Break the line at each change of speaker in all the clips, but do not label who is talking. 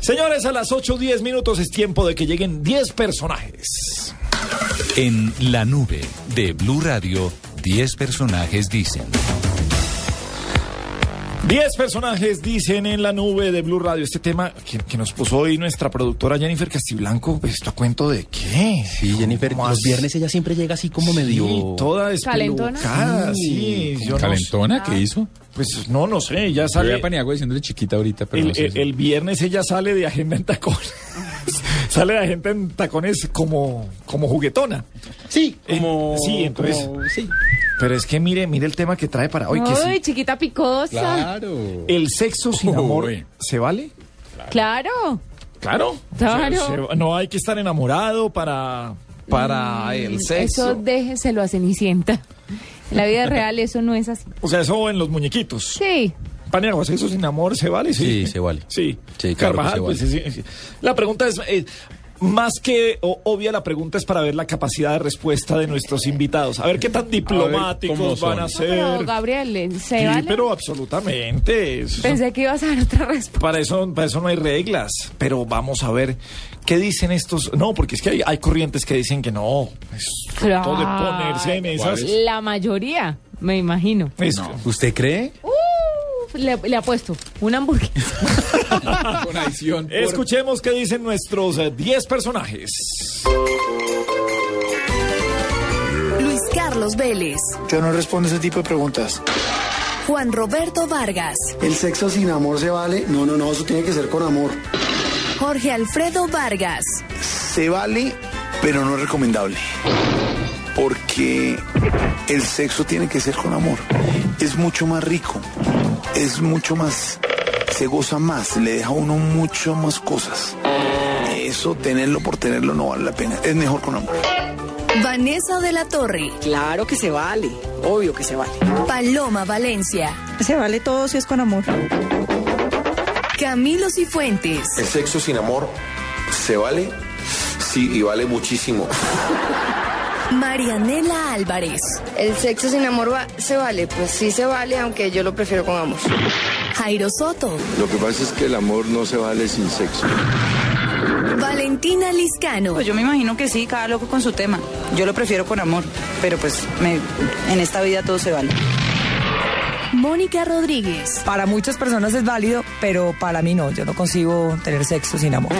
Señores, a las 8.10 minutos es tiempo de que lleguen 10 personajes.
En la nube de Blue Radio, 10 personajes dicen.
10 personajes dicen en la nube de Blue Radio este tema que, que nos puso hoy nuestra productora Jennifer Castiblanco. ¿Esto a cuento de qué?
Sí, Jennifer,
¿Cómo
los
así?
viernes ella siempre llega así como medio...
Sí, toda
¿Calentona?
espelucada, sí. yo no
¿Calentona? ¿Qué hizo?
sé, pues no, no sé, ya
Ah. Yo
sale...
a Paniagua diciéndole chiquita ahorita, pero
El,
no sé
el-
si-
el viernes ella sale de agenda en tacones. sale de agenda en tacones como, como juguetona.
Sí,
Eh,
como...
sí, entonces-
como- sí.
Pero es que mire, mire el tema que trae para hoy, que
Uy,
sí.
chiquita picosa.
Claro.
¿El sexo sin amor
Uy.
se vale?
Claro.
Claro.
Claro.
Se- no hay que estar enamorado para, para el sexo.
Eso déjeselo a Cenicienta. En la vida real eso no es así.
O sea, eso en los muñequitos.
Sí.
Paniagua, ¿sexo sin amor se vale? Sí,
Sí, se vale.
Sí.
Sí, claro que
Carvajal,
se vale.
pues, sí, sí, sí. La pregunta es... eh, más que o- obvia la pregunta es para ver la capacidad de respuesta de nuestros invitados. A ver qué tan
cómo
diplomáticos
son.
van a
No,
No, pero
ser.
Gabriel, ¿se
Sí,
vale?
pero absolutamente. Eso-
Pensé que ibas a dar otra respuesta.
Para eso, para eso no hay reglas, pero vamos a ver qué dicen estos. No, porque es que hay, hay corrientes que dicen que no, es todo de ponerse en esas.
La mayoría, me imagino.
es-
¿Usted cree?
Uh, le, le apuesto, una hamburguesa.
Con adición. por-
Escuchemos qué dicen nuestros eh, 10 personajes.
Luis Carlos Vélez,
Yo no respondo ese tipo de preguntas.
Juan Roberto Vargas,
¿El sexo sin amor se vale? No, no, no, eso tiene que ser con amor.
Jorge Alfredo Vargas,
Se vale, pero no es recomendable. Porque el sexo tiene que ser con amor. Es mucho más rico. Es mucho más... Se goza más. Le deja a uno mucho más cosas. Eso, tenerlo por tenerlo, no vale la pena. Es mejor con amor.
Vanessa de la Torre,
Claro que se vale, obvio que se vale.
Paloma Valencia,
Se vale todo si es con amor.
Camilo Cifuentes,
El sexo sin amor, ¿se vale? Sí, y vale muchísimo.
Marianela Álvarez,
El sexo sin amor se vale, pues sí se vale, aunque yo lo prefiero con amor.
Jairo Soto,
Lo que pasa es que el amor no se vale sin sexo.
Valentina Liscano,
Pues yo me imagino que sí, cada loco con su tema. Yo lo prefiero con amor, pero pues me- en esta vida todo se vale.
Mónica Rodríguez,
Para muchas personas es válido, pero para mí no. Yo no consigo tener sexo sin amor.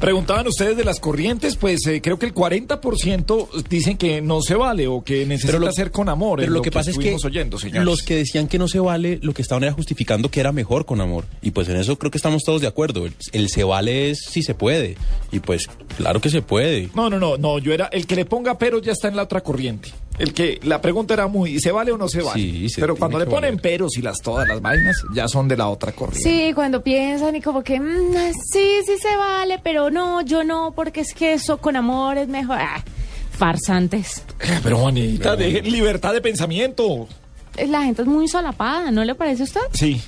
Preguntaban ustedes de las corrientes, pues eh, creo que el 40% dicen que no se vale o que necesita ser con amor.
Pero
en
lo, que, pasa es que
estuvimos oyendo, señores.
los que decían que no se vale, lo que estaban era justificando que era mejor con amor. Y pues en eso creo que estamos todos de acuerdo. El, el se vale es si se puede. Y pues claro que se puede.
No, no, no, no, yo era el que le ponga pero ya está en la otra corriente. El que la pregunta era muy ¿se vale o no se vale?
Sí, se
pero
tiene
cuando le
que
ponen
valer.
peros y las todas las vainas ya son de la otra corriente.
Sí, cuando piensan y como que mm, sí, sí se vale, pero no, yo no, porque es que eso con amor es mejor. Ah, farsantes.
Pero Juanita, deje libertad de pensamiento.
La gente es muy solapada, ¿no le parece a usted?
Sí.